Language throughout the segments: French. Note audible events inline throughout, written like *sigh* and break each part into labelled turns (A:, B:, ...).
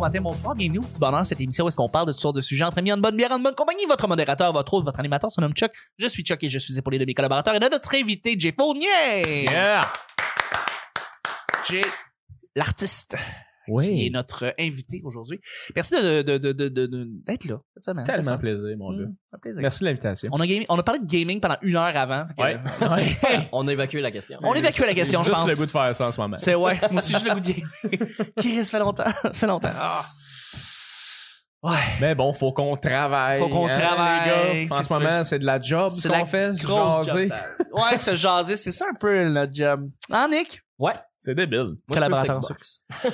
A: matin, bonsoir, bienvenue au Petit Bonheur, cette émission où est-ce qu'on parle de toutes sortes de sujets entre amis, en bonne bière, en bonne compagnie. Votre modérateur, votre hôte, votre animateur, son nom Chuck. Je suis Chuck et je suis épaulé de mes collaborateurs et de notre invité, Jay Fournier.
B: Yeah!
A: Jay, l'artiste, qui est
B: Oui.
A: notre invité aujourd'hui. Merci de, de, de, de- de- de- d'être là cette semaine.
B: Tellement
A: C'est le
B: plaisir, mon
A: fun.
B: gars.
A: Mmh, ça fait plaisir.
B: Merci de l'invitation.
A: On a, gamé- on a parlé de gaming pendant une heure avant. fait que-
B: Ouais.
A: *laughs*
C: On a évacué la question.
A: On évacue la question, je
B: Juste
A: pense.
B: le goût de faire ça en ce moment.
A: C'est ouais. Moi aussi, je le goût de gaming. *laughs* Chris, ça fait longtemps. Ça fait longtemps. Ah.
B: Mais bon, faut qu'on travaille.
A: Faut qu'on
B: hein,
A: travaille.
B: les gars. En
A: Qu'est-ce
B: ce
A: que
B: moment,
A: tu-
B: c'est de la job ce
A: C'est la
B: qu'on fait. se
A: grosse job,
B: jaser.
A: ça. Ouais, se jaser, c'est ça un peu notre job. Hein, Nick?
C: Ouais.
B: C'est débile.
C: Moi, je suis plus
A: Collaborateur.
C: Xbox.
A: T'es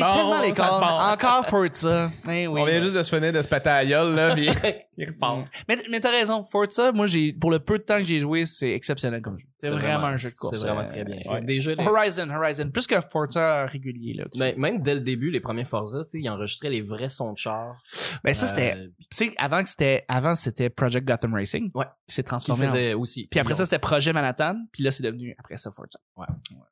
B: Bon,
A: tellement les
B: ça part.
A: Encore Forza. Eh oui.
B: On vient juste de se finir de se péter à la gueule, là,
A: *laughs*
B: puis il repart.
A: Mais, mais t'as raison, Forza, moi, j'ai, pour le peu de temps que j'ai joué, c'est exceptionnel comme jeu. C'est, vraiment, un jeu de course.
C: C'est vraiment
A: Euh,
C: très bien. fait.
B: ouais.
C: Déjà, les-
A: Horizon, Horizon. Plus que Forza régulier, là.
C: mais même dès le début, les premiers Forza, tu sais, ils enregistraient les vrais sons de char.
A: Ben, ça, c'était,
C: Euh,
A: tu sais, avant que c'était, avant, c'était Project Gotham Racing.
C: Ouais.
A: Qui s'est
C: qu'ils
A: transformé. en-
C: faisaient aussi.
A: Puis après ça, c'était Projet Manhattan. Puis là, c'est devenu, après ça, Forza.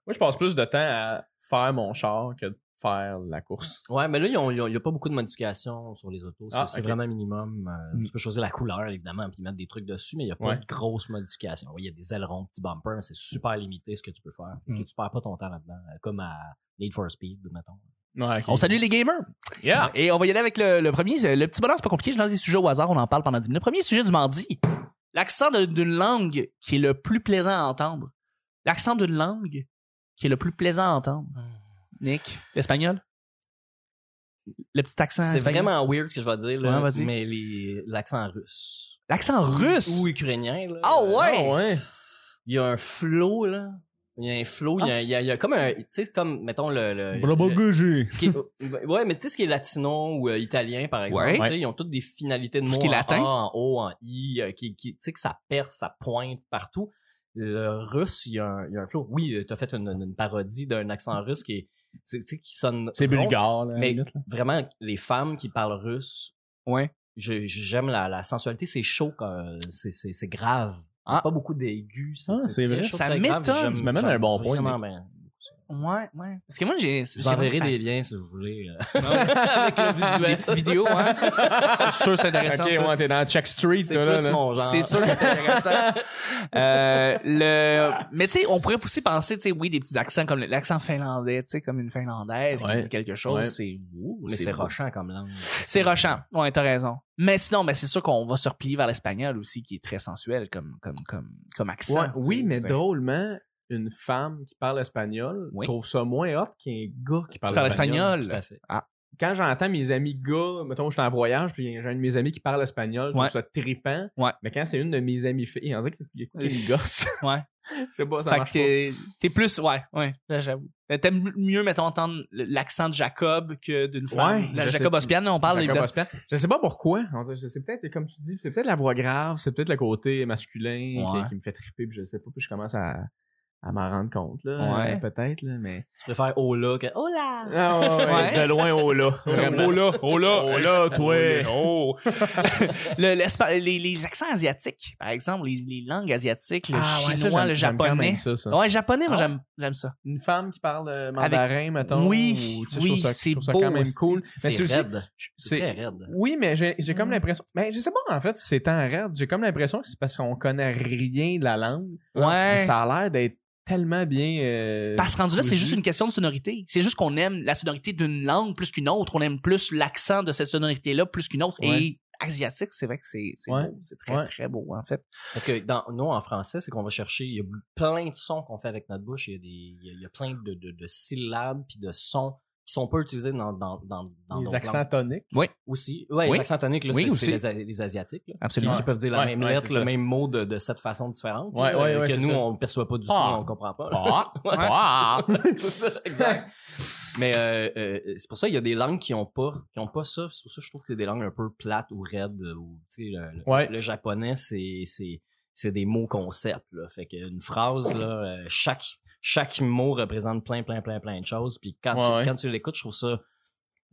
B: Moi, je passe plus de temps à faire mon char que de faire la course.
C: Ouais, mais là, ils ont- ils ont- il n'y a pas beaucoup de modifications sur les autos. C'est
B: Ah,
C: c'est
B: ok.
C: vraiment minimum. Euh,
A: Mm.
C: Tu peux choisir la couleur, évidemment, puis mettre des trucs dessus, mais il n'y a pas
B: Ouais.
C: de grosses modifications. Ouais, Il y a des ailerons, petits bumpers, mais c'est super limité ce que tu peux faire. Fait que
A: Mm.
C: tu perds pas ton temps là-dedans, euh, comme à Need for Speed, mettons.
B: Ouais, ok.
A: On salue les gamers.
B: Yeah!
A: Et on va y aller avec le, le premier. c'est- Le petit bonheur, c'est pas compliqué. Je lance des sujets au hasard. On en parle pendant 10 minutes. Premier sujet du mardi. L'accent de- d'une langue qui est le plus plaisant à entendre. L'accent d'une langue qui est le plus plaisant à entendre. Hmm. Nick, l'espagnol? Le petit accent
C: C'est
A: espagnol?
C: vraiment weird ce que je vais dire, là,
A: Ouais, vas-y.
C: mais les- l'accent russe.
A: L'accent russe?
C: Ou ukrainien, là.
A: Ah
C: Euh,
A: ouais!
B: Ah, ouais.
C: Il y a un flow, là. Il y a un flow, il y a-
A: Ah,
C: il y, a, il y a comme un. Tu sais, comme, mettons, le. le- le-
B: Brabogougé.
C: ce qui est- ouais, mais tu sais, ce qui est latino ou euh, italien, par exemple,
A: Ouais.
C: tu sais, ils ont toutes des finalités de
A: Tout
C: mots
A: ce qui est
C: en
A: latin.
C: A, en O, en I, euh, qui, qui- tu sais, que ça perce, ça pointe partout. Le russe, il y a un, il y a un flow. Oui, euh, t'as fait une, une parodie d'un accent russe qui est, tu sais- tu sais, qui sonne.
B: C'est
C: rond.
B: bulgare, là. à la
C: Mais-
B: limite, là.
C: Vraiment, les femmes qui parlent russe,
A: Ouais.
C: je- j'aime la, la sensualité, c'est chaud, quand- c'est- c'est c'est grave.
A: Ah.
C: Pas beaucoup d'aigus.
B: Ah, c'est vrai.
C: chaud,
A: Ça
C: très grave,
A: m'étonne.
C: j'aime-
B: Tu m'amènes à un
C: j'aime
B: bon point,
C: vraiment bien.
A: Ouais, ouais. Parce que moi, j'ai...
C: Je
A: j'ai
C: vous enverrai
A: ça-
C: des liens si vous voulez. euh,
B: *laughs*
C: Avec le
A: Des
C: visuel.
A: petites vidéos, hein. *laughs* C'est sûr, c'est intéressant,
B: Ok,
A: ça.
B: ouais, t'es dans Check Street,
C: C'est
B: toi, là.
C: plus
B: là.
C: mon genre.
A: C'est sûr que c'est
C: *laughs*
A: intéressant. Euh, le... Mais tu sais, on pourrait aussi penser, tu sais, oui, des petits accents comme l'accent finlandais, tu sais, comme une finlandaise qui
B: Ouais.
A: dit quelque chose,
B: Ouais. Oh,
A: c'est ouh,
C: Mais Oh, c'est
A: beau.
C: rochant comme langue.
A: C'est rochant. Ouais, t'as raison. Mais sinon, ben, c'est sûr qu'on va se replier vers l'espagnol aussi, qui est très sensuel comme, comme, comme, comme accent.
B: Ouais,
A: tu sais.
B: oui, mais
A: C'est-
B: drôlement, une femme qui parle espagnol
A: Oui.
B: trouve ça moins hot qu'un gars qui parle
A: parles
B: espagnol.
A: espagnol.
C: Tout à fait.
B: Quand j'entends mes amis gars, mettons, je suis en voyage, puis j'ai un de mes amis qui parle espagnol, je
A: Ouais.
B: trouve ça trippant.
A: Ouais.
B: Mais quand c'est une de mes amies filles, on dirait qu'il écoute une gosse.
A: *laughs* Ouais.
B: je sais pas, ça
A: Fait que
B: marche pas.
A: t'es- t'es plus, ouais, ouais, là, j'avoue. Mais T'aimes mieux, mettons, entendre le- l'accent de Jacob que d'une femme.
B: Ouais,
A: Là,
B: je
A: Jacob
B: sais-
A: Ospian, on parle
B: Jacob
A: évidemment.
B: Ospian. Je sais pas pourquoi. On dirait- C'est peut-être, comme tu dis, c'est peut-être la voix grave, c'est peut-être le côté masculin
A: Ouais.
B: qui, qui me fait tripper, puis je sais pas, puis je commence à, à m'en rendre compte, là.
A: Ouais.
B: euh, Peut-être, là, mais.
C: Tu préfères Ola que Ola.
B: Ah, ouais, *laughs* ouais,
A: Ouais.
B: De loin, au là. Vraiment.
A: Oh là, oh là,
B: Oh là, toi.
A: Oh. Le- l'espa- les, les accents asiatiques, par exemple, les, les langues asiatiques, le
B: Ah, ouais, ça,
A: chinois,
B: j'aime-
A: le
B: j'aime quand
A: japonais.
B: même ça, ça.
A: Ouais, japonais, moi,
B: Ah ouais?
A: j'aime, j'aime ça.
B: Une femme qui parle euh, mandarin, mettons.
A: Oui,
B: ou, tu sais,
A: oui,
B: je trouve ça- je
A: c'est
B: trouve ça
A: beau
B: quand même
A: aussi.
B: cool. Mais
C: C'est
B: c'est aussi.
C: raide. C'est
B: c'est-
C: très raide.
B: Oui, mais j'ai j'ai comme
A: Mm.
B: l'impression. Mais je sais pas, en fait, si c'est tant raide. J'ai comme l'impression que c'est parce qu'on connaît rien de la langue.
A: Ouais.
B: Ça a l'air d'être tellement bien. euh,
A: Parce que rendu là, c'est
B: Oui.
A: juste une question de sonorité. C'est juste qu'on aime la sonorité d'une langue plus qu'une autre. On aime plus l'accent de cette sonorité-là plus qu'une autre.
B: Ouais.
A: Et asiatique, c'est vrai que c'est c'est
B: Ouais.
A: beau. C'est très,
B: Ouais.
A: très beau, en fait.
C: Parce que dans, nous, en français, c'est qu'on va chercher, il y a plein de sons qu'on fait avec notre bouche, il y a, des, il y a- il y a plein de, de, de syllabes puis de sons qui sont pas utilisés dans, dans, dans, dans
B: les
C: d'autres
B: accents
C: langues
B: toniques.
C: aussi. Ouais,
A: Oui.
C: les accents toniques, là,
A: Oui,
C: c'est-
A: aussi.
C: c'est les, A- les Asiatiques, là, qui,
A: Absolument.
C: qui peuvent dire la
B: Ouais,
C: même
B: ouais,
C: lettre,
B: c'est
C: le
B: ça.
C: même mot de, de cette façon différente,
B: Ouais,
C: là,
B: ouais, ouais,
C: que
B: c'est
C: nous,
B: ça.
C: on perçoit pas du tout,
B: Ah.
C: on
B: *laughs*
C: comprend pas.
B: Ah!
A: *laughs*
C: Ouais.
B: Ah!
C: c'est ça, exact. Mais euh, euh, c'est pour ça qu'il y a des langues qui ont pas, qui ont pas ça. C'est pour ça que je trouve que c'est des langues un peu plates ou raides. euh, Ou, tu sais, le, le-
B: Ouais.
C: le japonais, c'est, c'est, c'est des mots concepts. Là. Fait qu'une phrase, là, euh, chaque, chaque mot représente plein, plein, plein, plein de choses. Puis quand, tu,
B: Ouais, ouais.
C: quand tu l'écoutes, je trouve ça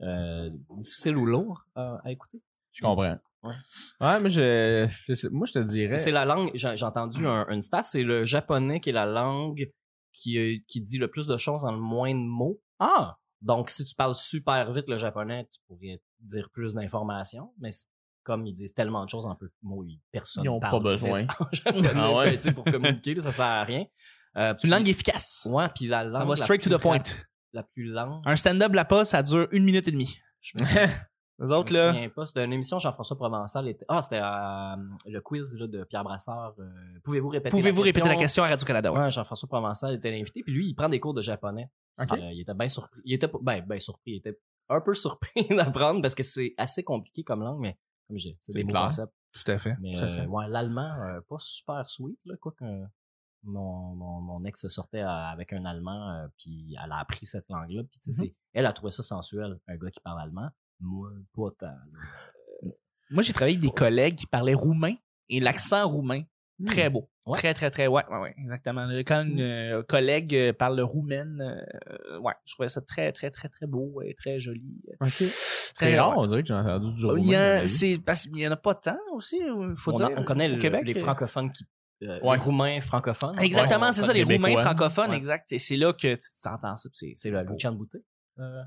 C: euh, difficile ou lourd euh, à écouter.
B: Je comprends.
C: Ouais.
B: Ouais, mais je, je sais- moi, je te
C: Mais
B: dirais. *laughs*
C: C'est la langue, j'ai j'ai entendu un, une stat, c'est le japonais qui est la langue qui, euh, qui dit le plus de choses en le moins de mots.
A: Ah!
C: Donc, si tu parles super vite le japonais, tu pourrais dire plus d'informations, mais c- comme ils disent tellement de choses en peu de mots, ils- personne
B: Ils ont
C: parle
B: pas besoin.
C: vite *laughs* en japonais.
B: Ah ouais?
C: Ben, tu sais, pour communiquer, là, ça sert à rien. Euh,
A: C'est une langue efficace.
C: Ouais, puis la langue
A: Ça va
C: la
A: straight to
C: plus
A: the point.
C: rap- La plus lente.
A: Un stand-up là-bas, ça dure une minute et demie.
C: Je me souviens-
A: Les
C: je me
A: autres, là.
C: souviens pas. C'était une émission Jean-François Provençal. était- Ah, c'était euh, le quiz là, de Pierre Brassard. euh, Pouvez-vous répéter
A: Pouvez-vous
C: la
A: répéter la question à Radio-Canada? Ah ouais.
C: Ouais, Jean-François Provençal était l'invité, puis lui, il prend des cours de japonais.
B: Ok.
C: Euh, il était bien surpris. Il était pas- ben, ben surpris. Il était un peu surpris *laughs* d'apprendre parce que c'est assez compliqué comme langue, mais comme je dis, c'est
B: C'est
C: des mots
B: clair.
C: concepts.
A: Tout à fait.
C: Mais
B: Tout à fait.
C: euh, ouais, l'allemand, euh, pas super sweet, là, quoi que mon, mon, mon ex sortait euh, avec un allemand, euh, puis elle a appris cette langue-là, puis tu sais,
A: Mm-hmm.
C: c'est- elle a trouvé ça sensuel, un gars qui parle allemand. Moi, pas tant. là.
A: Moi, j'ai travaillé avec des collègues qui parlaient roumain et l'accent roumain, très beau.
C: Ouais.
A: Très, très, très, ouais, ouais, ouais, exactement. Quand une euh, collègue euh, parle roumaine, euh, ouais, je trouvais ça très, très, très, très beau et très joli.
B: Ok.
A: Très
B: C'est rare, on dirait que j'ai entendu du
A: Il y,
B: roumain.
A: a- c'est parce qu'il y en a pas tant aussi, il faut
C: on,
A: dire.
C: a- on connaît
A: au
C: le-
A: Québec,
C: les
A: euh,
C: francophones qui. euh,
B: Ouais.
C: Les Roumains francophones.
A: Exactement,
C: Ouais,
A: c'est
C: on
A: ça, les
C: connaît-
B: Québécois.
A: Roumains francophones,
C: Ouais.
A: exact. Et c'est là que tu tu t'entends ça. puis c'est-
C: C'est le Lucian Boutet. Euh,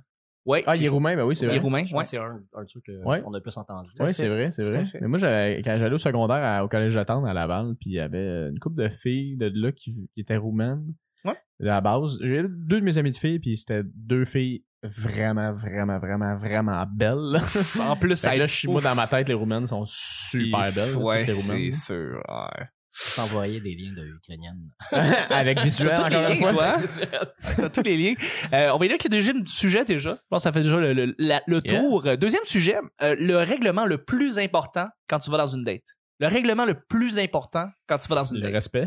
A: Ouais,
B: Ah, il est roumain, ben oui, c'est
A: Les
B: vrai.
A: Roumains,
C: je pense
A: ouais.
C: que c'est un, un truc euh, qu'on
B: Ouais.
C: a plus entendu.
A: à
B: Oui,
A: fait.
B: c'est vrai, c'est
A: Tout à
B: vrai.
A: fait.
B: Mais moi, j'avais- quand j'allais au secondaire à- au collège de Tendre à Laval, puis il y avait une couple de filles de là qui, qui étaient roumaines.
A: Ouais.
B: De la base. J'ai deux de mes amis de filles, puis c'était deux filles vraiment, vraiment, vraiment, vraiment belles. là.
A: Pff, *laughs* en plus,
B: Fait
A: ça
B: que là, je suis- moi,
A: ouf.
B: dans ma tête, les roumaines sont super belles. là,
A: Ouais,
B: toutes les roumaines.
A: c'est sûr. ouais.
C: T'envoyais des liens de ukrainienne.
B: *laughs* Avec visuel,
A: T'as tous les
B: Hein, encore une
A: liens,
B: fois.
A: toi. *laughs* T'as tous les liens. Euh, on va y aller avec le deuxième sujet déjà. Je pense que ça fait déjà le, le- la- le
B: Yeah.
A: tour. Euh, Deuxième sujet, euh, le règlement le plus important quand tu vas dans une date. Le règlement le plus important quand tu vas dans une
B: Le
A: date. *laughs*
B: respect.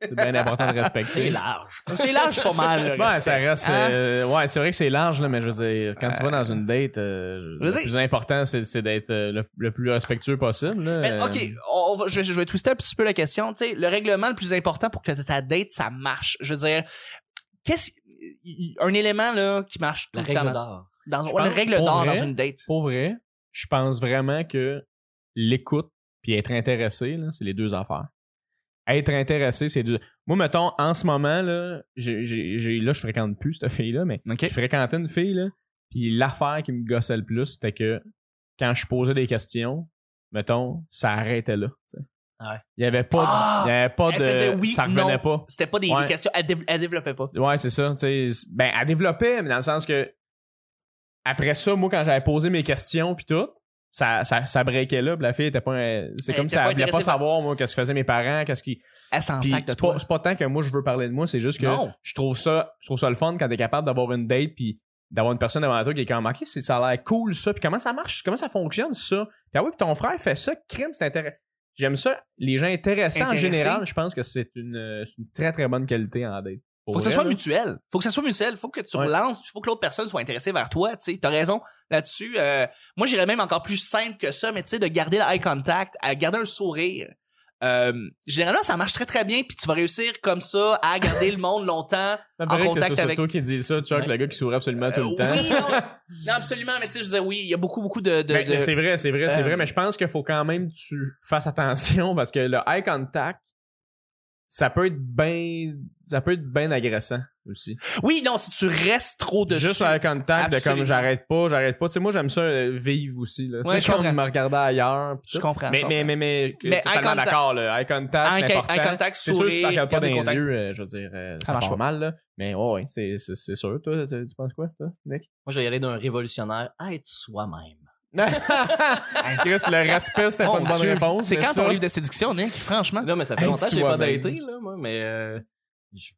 B: c'est bien important de
C: C'est
B: respecter.
C: large.
A: C'est large pas mal. le
B: *laughs* Ouais,
A: respect.
B: ça reste.
A: Hein?
B: euh, ouais, c'est vrai que c'est large, là, mais je veux dire, quand tu vas dans une date, euh,
A: Je
B: le
A: veux dire-
B: plus important, c'est c'est d'être euh, le, le plus respectueux possible. là.
A: Mais,
B: Euh,
A: OK, on va- je, je vais twister un petit peu la question. Tu sais, le règlement le plus important pour que ta date, ça marche. Je veux dire, qu'est-ce... Un élément là, qui marche tout
C: La
A: le temps
C: règle
A: dans,
C: d'or.
A: dans-
B: Je
A: ouais, la
B: pense,
A: règle
B: pour
A: d'or dans
B: vrai,
A: une date.
B: Pour vrai, je pense vraiment que l'écoute puis être intéressé, là, c'est les deux affaires. Être intéressé, c'est deux. Moi, mettons, en ce moment, là, j'ai, j'ai- j'ai- là je fréquente plus cette fille-là, mais
A: OK.
B: je fréquentais une fille, là, puis l'affaire qui me gossait le plus, c'était que quand je posais des questions, mettons, ça arrêtait là. tu sais.
C: Ouais.
B: Il n'y avait pas de-
A: Ah!
B: Il y avait pas
A: Elle
B: de.
A: faisait oui,
B: ça revenait
A: non.
B: pas.
A: C'était pas des,
B: Ouais.
A: des questions. Elle, dév- elle développait pas.
B: Ouais, c'est ça. tu sais. Ben, elle développait, mais dans le sens que. Après ça, moi, quand j'avais posé mes questions, puis tout, ça, ça, ça breakait là, puis la fille était pas. euh, C'est
A: Elle
B: comme
A: était
B: si elle
A: pas
B: voulait pas
A: intéressée par-
B: savoir, moi, qu'est-ce que faisaient mes parents, qu'est-ce qui.
A: Elle s'en
B: Puis
A: sac de
B: c'est
A: toi.
B: pas, c'est pas tant que moi, je veux parler de moi, c'est juste que
A: Non.
B: je trouve ça je trouve ça le fun quand t'es capable d'avoir une date, puis d'avoir une personne devant toi qui est comme, OK, c'est- ça a l'air cool, ça, puis comment ça marche, comment ça fonctionne, ça. Puis ah oui, puis ton frère fait ça, crime, c'est intéressant. J'aime ça. Les gens intéressants en
A: Intéressés.
B: général, je pense que c'est une, euh, c'est une très, très bonne qualité en date. Pour
A: Faut que ça
B: vrai,
A: soit
B: là.
A: mutuel. Faut que ça soit mutuel. Faut que tu
B: Ouais.
A: relances. puis Faut que l'autre personne soit intéressée vers toi. Tu sais, t'as raison là-dessus. Euh, moi, j'irais même encore plus simple que ça, mais tu sais, de garder le eye contact, à garder un sourire. Euh, généralement, ça marche très très bien, puis tu vas réussir comme ça à garder le monde longtemps.
B: Ça me paraît
A: en
B: que
A: contact
B: c'est surtout
A: avec-
B: toi qui dis ça, Chuck,
C: Ouais.
B: le gars qui sourit absolument *laughs* tout
A: Euh,
B: le temps.
A: oui, non, non, absolument. Mais tu sais, je disais oui. Il y a beaucoup beaucoup de. de,
B: Ben,
A: de-
B: mais C'est vrai, c'est vrai, c'est
A: Euh,
B: vrai, mais je pense qu'il faut quand même que tu fasses attention parce que le eye contact, ça peut être bien ça peut être bien agressant aussi.
A: Oui, non, si tu restes trop dessus.
B: Juste le eye contact de
A: Absolument.
B: comme j'arrête pas, j'arrête pas. Tu sais, moi j'aime ça euh, vivre aussi. Là. Tu
A: Ouais,
B: sais,
A: je
B: comme
A: comprends.
B: me regarder ailleurs. pis
A: Je
B: tout.
A: comprends. je
B: Mais, mais,
A: comprends.
B: mais, mais, euh,
A: Mais eye
B: totalement
A: contact-
B: d'accord, le eye contact,
A: Eye-
B: c'est
A: eye
B: important.
A: contact,
B: C'est sûr, si tu
A: sourire,
B: regardes pas dans
A: garder
B: les
A: contact.
B: yeux, euh, je veux dire, euh,
A: marche
B: ça, marche
A: pas.
B: pas mal, là. Mais ouais, ouais, c'est- c'est c'est sûr. Toi, tu tu penses quoi, toi, Nick?
C: Moi, je vais y aller d'un révolutionnaire à être soi-même.
B: Hey, *laughs* Chris, le respect, c'était pas
A: Ah, Mon
B: une bonne
A: Dieu,
B: réponse.
A: C'est
B: mais
A: quand
B: ça-
A: ton livre de séduction, Nick?
B: Ah.
A: Franchement.
C: Non, mais ça fait
B: Être
C: longtemps que j'ai pas
B: soi-même.
C: daté, là, moi, mais euh, je,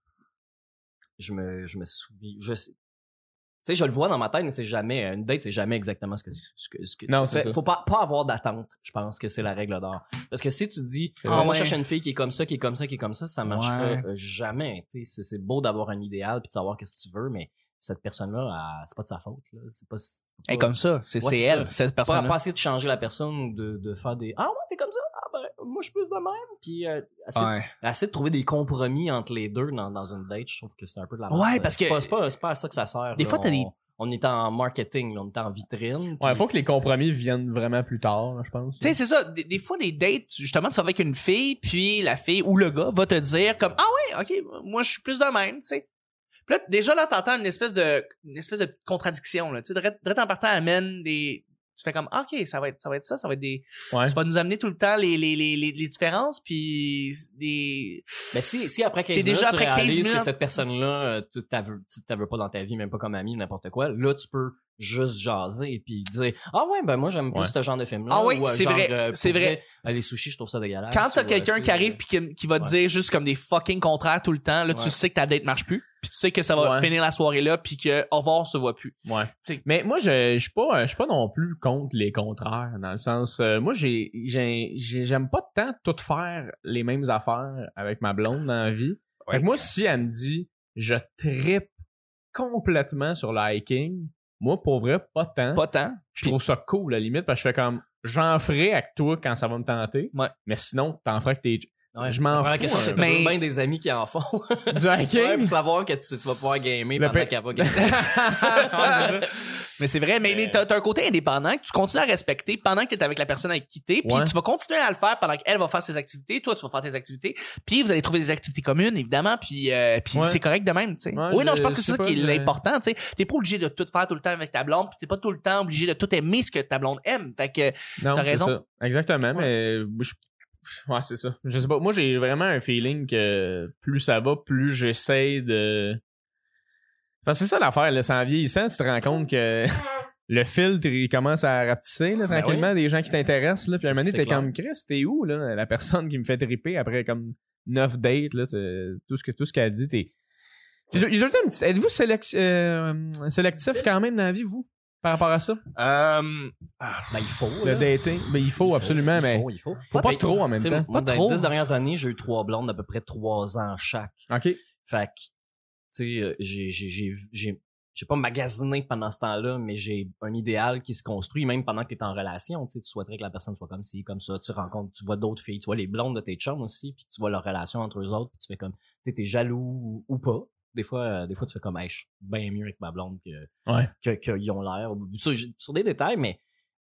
C: je me, je me souviens. Je sais. Tu sais, je le vois dans ma tête, mais c'est jamais. Une date, c'est jamais exactement ce que tu. Ce que, ce que-
B: Non, c'est
C: Fait-
B: ça.
C: Faut pas, pas avoir d'attente, je pense que c'est la règle d'or. Parce que si tu dis,
B: C'est
C: ah,
A: vrai.
C: moi, je cherche une fille qui est comme ça, qui est comme ça, qui est comme ça, ça marchera
A: Ouais.
C: euh, jamais. Tu sais, c'est- c'est beau d'avoir un idéal puis de savoir qu'est-ce que tu veux, mais cette personne-là, elle- c'est pas de sa faute, là. C'est pas. c'est
A: Elle est
C: pas-
A: comme ça, c'est
C: Ouais,
A: c'est
C: c'est
A: elle, cette
C: pas,
A: personne.
C: pas essayer de changer la personne ou de, de faire des ah ouais t'es comme ça ah ben moi je suis plus de même puis euh, essayer, essayer de trouver des compromis entre les deux dans, dans une date je trouve que c'est un peu de la merde.
A: Ouais, parce
C: C'est
A: que-
C: pas- c'est pas, c'est pas à ça que ça sert
A: Des
C: là.
A: fois, t'as
C: on,
A: des-
C: on est en marketing là, on est en vitrine
B: Ouais,
C: puis-
B: faut que les compromis viennent vraiment plus tard, là, je pense.
A: Tu sais, c'est ça. Des, des fois, les dates, justement, tu vas avec une fille, puis la fille ou le gars va te dire comme Ah ouais, ok, moi je suis plus de même, tu sais. Puis là, déjà, là, t'entends une espèce de, une espèce de petite contradiction, là. Tu sais, direct, direct en partant, amène des, tu fais comme, Ah, OK, ça va être, ça va être ça, ça va être des,
B: Ouais.
A: tu vas nous amener tout le temps les, les, les, les, les différences, puis des,
C: Mais ben, si, hein, si après 15
A: T'es
C: minutes,
A: déjà
C: tu
A: après 15
C: réalises que
A: minutes.
C: cette personne-là, euh, tu t'aveu- tu t'aveux pas dans ta vie, même pas comme ami, n'importe quoi, là, tu peux juste jaser puis dire ah ouais ben moi j'aime plus
B: Ouais.
C: ce genre de film là
A: Ah oui, c'est vrai, c'est vrai.
C: les sushis je trouve ça dégueulasse
A: quand t'as
C: ou, euh,
A: quelqu'un
C: tu
A: qui
C: sais,
A: arrive puis qui, qui va te
C: ouais.
A: dire juste comme des fucking contraires tout le temps, là,
C: Ouais.
A: tu sais que ta date marche plus, puis tu sais que ça va
B: Ouais.
A: finir la soirée là, puis que au revoir, on se voit plus.
B: Ouais.
A: Fait-
B: Mais moi, je je suis pas, je suis pas non plus contre les contraires, dans le sens, euh, moi, j'ai, j'ai- j'ai- j'aime pas tant tout faire les mêmes affaires avec ma blonde dans la vie. Fait que moi, si elle me dit, je trippe complètement sur le hiking, moi, pour vrai, pas tant.
A: Pas tant.
B: je trouve ça cool, à la limite, parce que je fais comme, j'en ferai avec toi quand ça va me tenter.
A: Ouais.
B: Mais sinon, t'en feras avec tes.
C: ouais.
B: je m'en
C: La première
B: fous,
C: question,
B: hein.
C: c'est t'as
A: Mais-
C: bien des amis qui en font
B: Du hiking?
C: *laughs* Ouais, pour savoir que tu, tu vas pouvoir gamer
B: Le
C: pendant
B: pe- *laughs*
C: qu'elle va gamer
A: Mais c'est vrai, mais,
C: Mais-
A: mais t'as
B: Euh.
A: t'as un côté indépendant que tu continues à respecter pendant que t'es avec la personne avec qui t'es, puis
B: Ouais.
A: tu vas continuer à le faire pendant qu'elle va faire ses activités, toi tu vas faire tes activités, puis vous allez trouver des activités communes évidemment, puis euh, puis
B: Ouais.
A: c'est correct de même, tu sais.
B: Ouais,
A: oui non,
B: je-
A: je pense que c'est
B: je sais
A: ça
B: pas,
A: qui est
B: je-
A: l'important, tu sais. T'es pas obligé de tout faire tout le temps avec ta blonde, puis t'es pas tout le temps obligé de tout aimer ce que ta blonde aime. Fait que
B: Non,
A: T'as
B: c'est
A: raison.
B: ça. Exactement, mais moi, je- ouais, c'est ça. Je sais pas. Moi, j'ai vraiment un feeling que plus ça va, plus j'essaie de. Parce que c'est ça l'affaire, là. C'est en vieillissant, tu te rends compte que *laughs* le filtre, il commence à rapetisser, là,
C: Ben
B: tranquillement, des gens qui t'intéressent, là. Puis à un moment donné,
C: C'est
B: t'es
C: clair.
B: comme, Chris, t'es où, là? La personne qui me fait triper après, comme, neuf dates, là. tu- Tout ce que- tout ce qu'elle dit, t'es. Ils ont- ils ont le temps de- Êtes-vous sélec- euh, sélectif quand même dans la vie, vous, par rapport à ça?
C: Euh, ah, ben, il faut.
B: Le
C: là.
B: dating? Ben, il faut, absolument,
C: il
B: mais.
C: faut, il faut.
B: Faut pas
C: Ben,
B: trop en même
C: t'sais,
B: temps.
C: moi,
A: Pas
C: dans
A: trop.
C: les dix dernières années, j'ai eu trois blondes d'à peu près trois ans chaque.
B: OK.
C: Fait que, tu sais, euh, j'ai, j'ai, j'ai, j'ai, j'ai pas magasiné pendant ce temps-là, mais j'ai un idéal qui se construit même pendant que t'es en relation. Tu sais, tu souhaiterais que la personne soit comme ci, comme ça. Tu rencontres, tu vois d'autres filles, tu vois les blondes de tes chums aussi, puis tu vois leur relation entre eux autres, puis tu fais comme, tu sais, t'es jaloux ou, ou pas. Des fois, euh, des fois, tu fais comme, hey, je suis bien mieux avec ma blonde que,
B: Ouais.
C: que, qu'ils ont l'air. Sur, sur des détails, mais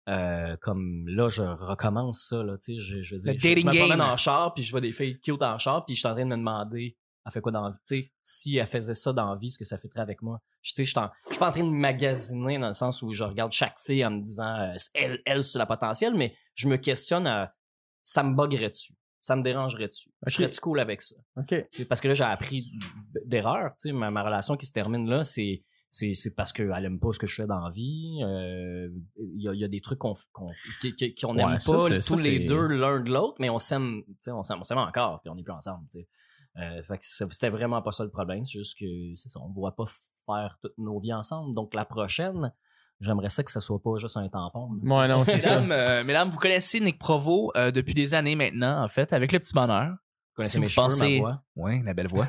C: euh, comme là, je recommence ça, là, tu sais, je, je veux dire,
A: Le
C: je, je
A: dating
C: me promène
A: game.
C: en char, puis je vois des filles cute en char, puis je suis en train de me demander, elle fait quoi dans la vie, tu sais, si elle faisait ça dans la vie, ce que ça fêterait avec moi. Je, tu sais, je, suis en- je suis pas en train de magasiner dans le sens où je regarde chaque fille en me disant, euh, elle, elle, c'est la potentielle, mais je me questionne, à, ça me buggerait-tu? Ça me dérangerait-tu?
B: Ok.
C: Je serais-tu cool avec ça?
B: OK.
C: Tu sais, parce que là j'ai appris d'erreur tu sais ma, ma relation qui se termine là c'est c'est c'est parce qu'elle aime pas ce que je fais dans la vie euh, il y, a, il y a des trucs qu'on qu'on qui- qui- qu'on
B: Ouais,
C: aime
B: ça,
C: pas
B: c'est-
C: tous
B: ça,
C: les
B: c'est-
C: deux l'un de l'autre mais on s'aime tu sais on s'aime on s'aime encore puis on est plus ensemble tu sais euh, fait que ça- c'était vraiment pas ça le problème c'est juste que c'est ça on voit pas faire toutes nos vies ensemble donc la prochaine j'aimerais ça que ça soit pas juste un tampon là.
B: Ouais, non, c'est ça.
A: mesdames, euh, mesdames, vous connaissez Nick Provo euh, depuis des années maintenant en fait avec le petit bonheur.
C: Vous connaissez
A: si
C: mes
A: vous
C: cheveux
A: pensez-
C: ma voix
A: Oui, la belle
B: *laughs*
A: voix.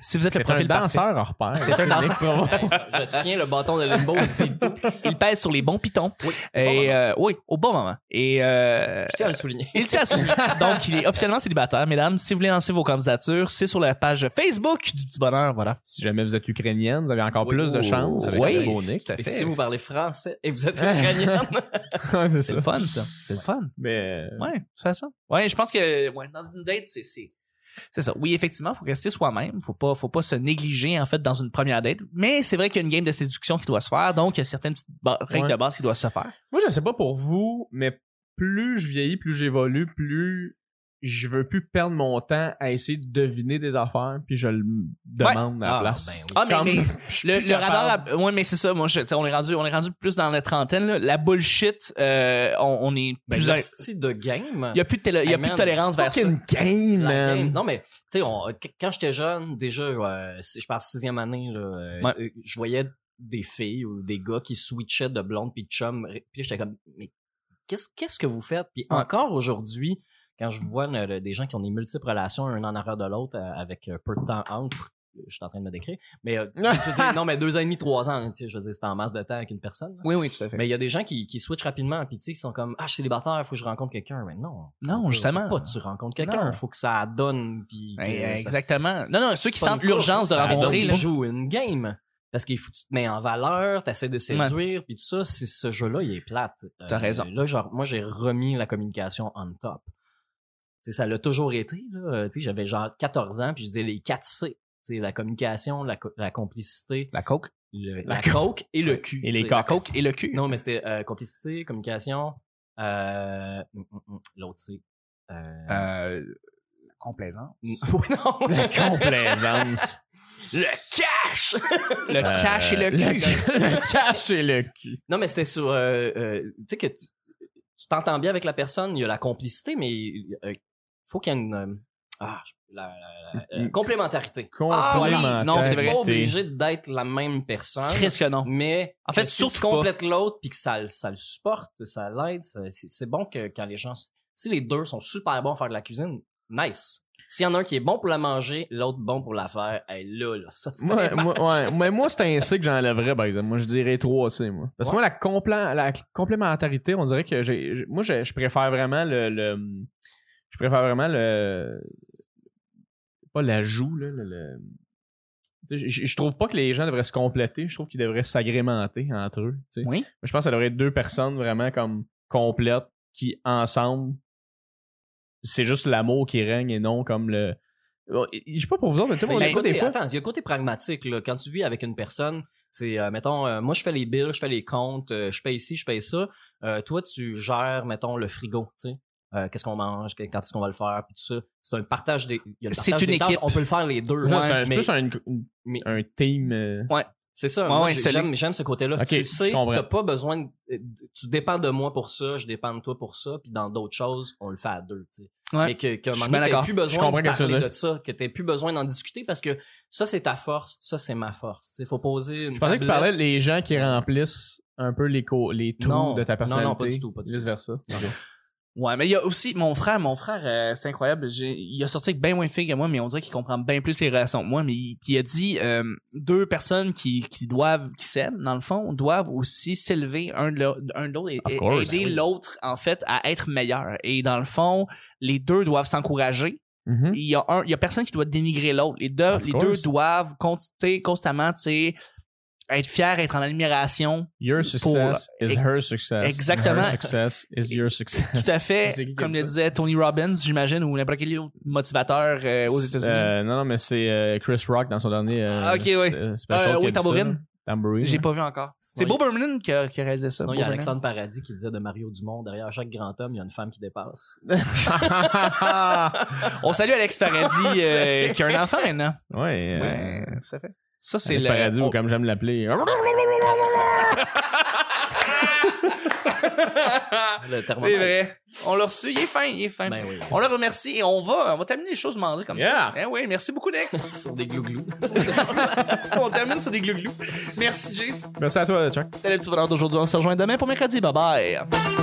A: si vous êtes le
B: C'est un
A: profil parfait,
B: danseur hors pair.
A: C'est un danseur. *laughs*
C: je tiens le bâton de limbo ici
A: il pèse sur les bons pitons.
C: Oui,
A: Et
C: bon,
A: euh, oui, au bon moment. Et euh,
C: je tiens à le souligner
A: Il tient à *laughs* souligner. Donc, il est officiellement célibataire, mesdames. Si vous voulez lancer vos candidatures, c'est sur la page Facebook du Petit Bonheur. Voilà.
B: *laughs* Si jamais vous êtes ukrainienne, vous avez encore
C: Oui.
B: plus de chance avec
A: Oui.
B: le beau *laughs* Nick.
A: Tout à
C: Et
A: fait.
C: si vous parlez français et
A: *laughs*
C: vous êtes
B: Ouais.
C: ukrainienne,
B: Ouais, c'est
A: C'est
B: ça.
A: le fun, ça. C'est le fun.
B: Mais euh,
A: Ouais, c'est ça. Ouais, je pense que ouais, dans une date, c'est. c'est- C'est ça. Oui, effectivement, faut rester soi-même. Faut pas, faut pas se négliger, en fait, dans une première date. Mais c'est vrai qu'il y a une game de séduction qui doit se faire. Donc, il y a certaines petites ba- règles
B: Ouais.
A: de base qui doivent se faire.
B: moi, je sais pas pour vous, mais plus je vieillis, plus j'évolue, plus je veux plus perdre mon temps à essayer de deviner des affaires, puis je le demande à la
C: Ah,
B: place.
C: ben oui.
A: Ah, mais,
B: Comme-
A: *laughs* mais le, le
B: plus capable.
A: radar. à- ouais, mais c'est ça. Moi, je, tu sais, on est rendu, on est rendu plus dans la trentaine, là. La bullshit, euh, on, on est
C: ben,
A: plus.
C: le style de game.
A: Il y a plus de, télé- il y a
C: Hey,
A: plus de
C: man,
A: tolérance vers ça.
B: Fucking game,
C: la
B: man.
C: game. Non, mais, tu sais, on- qu- quand j'étais jeune, déjà, euh, si- je pense sixième année, là, euh,
A: Ouais.
C: euh, je voyais des filles ou des gars qui switchaient de blonde puis de chum. Puis j'étais comme, mais qu'est-ce qu'est-ce que vous faites? Puis
A: Ouais. Mm.
C: encore aujourd'hui, quand je vois le- le- des gens qui ont des multiples relations, un en arrière de l'autre, euh, avec euh, peu de temps entre, je suis en train de me décrire,
A: *laughs*
C: mais euh, je veux dire, non, mais deux ans et demi, trois ans, tu sais, je veux dire, c'est en masse de temps avec une personne. là.
A: Oui, oui, tout à fait.
C: Mais il y a des gens qui, qui switchent rapidement, puis tu sais, ils sont comme, ah, je suis célibataire, faut que je rencontre quelqu'un. Mais non.
A: Non,
C: Faut pas-
A: justement.
C: Faut pas que tu rencontres quelqu'un,
A: Non.
C: faut que ça donne, puis. que
A: Eh,
C: ça-
A: exactement. Non, non, ceux qui
C: c'est pas
A: sentent
C: une course,
A: l'urgence de
C: ça
A: rencontrer,
C: donne-
A: là.
C: Tu joues une game. Parce qu'il faut que tu te mets en valeur, t'essaies de séduire, puis tout ça, c'est- ce jeu-là, il est plate. Euh,
A: T'as raison.
C: Là, genre, moi, j'ai remis la communication on top. Tu sais, ça l'a toujours été, là. Euh, Tu sais, j'avais genre 14 ans, puis je disais les 4 C. Tu sais, la communication, la, co- la complicité,
A: La coke.
C: le-
B: La
C: la, coke et le cul.
B: Et
C: tu
B: les
C: sais.
A: La coke et le cul.
C: Non, mais c'était euh, complicité, communication. euh, mm, mm, mm, L'autre, c'est. euh, *laughs*
A: Euh, la complaisance.
C: Mm.
A: Oui, non.
B: Ah, *laughs* La complaisance.
A: Le cash! Le cash et le cul.
B: Euh, *laughs* Le cash et le cul.
C: Non, mais c'était sur. euh, euh, tu sais que tu tu t'entends bien avec la personne, il y a la complicité, mais il euh, faut qu'il y ait une. euh, ah, je- la, la- la- la-
B: Mm.
C: complémentarité.
A: Ah oui,
B: Complémentarité.
A: non, c'est
C: C'est
A: vrai.
C: pas obligé d'être la même personne.
A: Chris que non.
C: Mais
A: En fait,
C: si
A: surtout
C: tu complètes l'autre puis que ça, le- ça le supporte, ça l'aide, ça- c'est c'est bon que quand les gens si les deux sont super bons à faire de la cuisine, nice. S'il y en a un qui est bon pour la manger, l'autre bon pour la faire, hey, là, là, ça c'est
B: Moi, moi, ouais. Mais moi, c'est un C que j'enlèverais, par exemple. Moi, je dirais 3C, moi. Parce que moi, la, complé- la complémentarité, on dirait que j'ai. j'ai- Moi, je, je préfère vraiment le, le- Je préfère vraiment le. Pas la joue, là. le- le- Tu sais, Je, je trouve pas que les gens devraient se compléter. Je trouve qu'ils devraient s'agrémenter entre eux. tu sais.
A: Oui.
B: Mais Je pense que ça devrait être deux personnes vraiment comme complètes qui, ensemble, c'est juste l'amour qui règne et non comme le. Je sais pas pour vous autres, mais tu sais,
C: Mais
B: on
C: il y a
B: est
C: le
B: pas des
C: côté-
B: fois.
C: Ben, Attends, il y a le côté pragmatique. Là. Quand tu vis avec une personne, c'est, euh, mettons, euh, moi, je fais les bills, je fais les comptes, euh, je paye ici, je paye ça. Euh, toi, tu gères, mettons, le frigo, tu sais. Euh, qu'est-ce qu'on mange, que- quand est-ce qu'on va le faire, puis tout ça. C'est un partage des, il y a le
A: C'est
C: partage
A: une
C: des tâches,
A: équipe.
C: on peut le faire les deux.
B: C'est ça, c'est un-
C: Ouais,
B: c'est
C: mais
B: plus un, une-
C: mais-
B: un team. euh,
C: C'est ça,
A: Ouais,
C: moi,
A: ouais,
C: j'ai-
A: c'est
C: j'aime, j'aime ce côté-là.
B: Ok,
C: tu le
B: je
C: sais,
B: comprends.
C: t'as pas besoin, de- euh, tu dépends de moi pour ça, je dépends de toi pour ça, puis dans d'autres choses, on le fait à deux, tu sais.
A: Ouais.
C: Mais que, que un
A: Je suis
C: moment
A: bien
C: donné, t'as
A: d'accord.
C: plus
B: Je
C: besoin
B: comprends
C: de
B: ce que tu veux
C: parler
B: dire.
C: de ça, que t'as plus besoin d'en discuter parce que ça, c'est ta force, ça, c'est ma force. Il faut poser une
B: Je pensais que tu
C: tablette.
B: parlais des gens qui remplissent un peu les, co- les trous
C: Non,
B: de ta
C: non, non,
B: personnalité.
C: pas du tout, pas du tout.
B: Vice versa.
A: Ouais, mais il y a aussi mon frère, mon frère, euh, c'est incroyable. j'ai- Il a sorti avec bien moins de filles que moi, mais on dirait qu'il comprend bien plus les relations que moi. Mais il, puis il a dit euh, deux personnes qui, qui doivent, qui s'aiment, dans le fond, doivent aussi s'élever un de l'au- un de l'autre et,
B: Of
A: et
B: course,
A: aider
B: oui.
A: l'autre, en fait, à être meilleur. Et dans le fond, les deux doivent s'encourager.
B: Mhm.
A: il y a un il y a personne qui doit dénigrer l'autre les deux
B: Of
A: les
B: course.
A: deux doivent con- tu sais, constamment tu sais, être fiers être en admiration
B: Your success is
A: ex-
B: her success.
A: exactement.
B: Her success is your success.
A: tout à fait
B: C'est qui qui
A: comme
B: dit
A: le
B: ça?
A: disait Tony Robbins j'imagine ou n'importe quel autre motivateur euh, aux États-Unis
B: Euh, non, non, mais c'est euh, Chris Rock dans son dernier. euh,
A: Ah, ok, ouais.
B: euh, special
A: Euh, oui,
B: qui a dit ça,
A: Tambourine.
B: là. Tambourine.
A: j'ai pas vu encore c'est
C: Sinon,
A: Bob Berman qui a, qui a réalisé ça
C: Sinon, il y a
A: Bo Burnham.
C: Alexandre Paradis qui disait de Mario Dumont, derrière chaque grand homme, il y a une femme qui dépasse.
A: on salue Alex
B: *laughs*
A: Paradis euh, qui a un enfant maintenant
B: *laughs* ouais. euh,
A: Ouais, tout à fait ça c'est
B: Alex
A: le
B: Paradis,
A: oh,
B: ou comme j'aime l'appeler.
A: *laughs*
C: Le
A: c'est
C: thermomètre.
A: vrai on l'a reçu il est fin il est fin
C: Ben oui.
A: on le remercie et on va on va terminer les choses mangées comme
B: Yeah.
A: ça eh oui merci beaucoup Nick *laughs*
C: Sur des glouglous.
A: on termine sur des glouglous merci Jay
B: Merci à toi, Chuck.
A: C'était le petit bonheur d'aujourd'hui. On se rejoint demain pour mercredi. Bye bye.